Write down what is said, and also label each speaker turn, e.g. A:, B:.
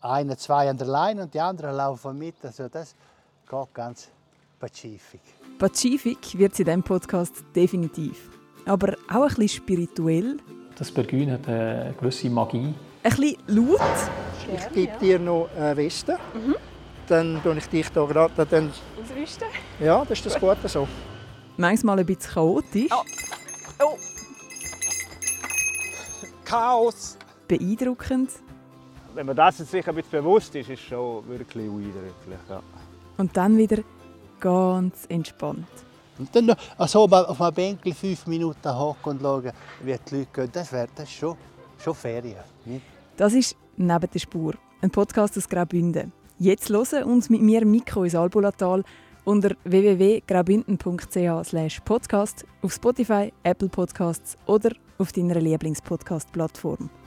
A: Einer, zwei an der Leine und die anderen laufen mit. Also das geht ganz pazifik.
B: Pazifik wird in diesem Podcast definitiv. Aber auch ein bisschen spirituell.
C: Das Burgün hat eine gewisse Magie.
B: Ein bisschen laut.
D: Ich gebe dir noch eine Weste. Dann tue ich dich hier gerade. Dann,
E: Ausrüsten.
D: ja, das ist das Gute so.
B: Manchmal ein bisschen chaotisch.
F: Chaos!
B: Beeindruckend.
F: Wenn man das jetzt sich ein bisschen bewusst ist, ist es schon wirklich eindrücklich. Ja.
B: Und dann wieder ganz entspannt.
A: Und dann noch also oben auf einem Bänkchen fünf Minuten hocken und schauen, wie die Leute gehen. Das wäre das ist schon, schon Ferien. Nicht?
B: Das ist «Neben der Spur», ein Podcast aus Graubünden. Jetzt hören uns mit mir Mikro ins Albulatal unter www.graubünden.ch podcast auf Spotify, Apple Podcasts oder auf deiner Lieblingspodcast-Plattform.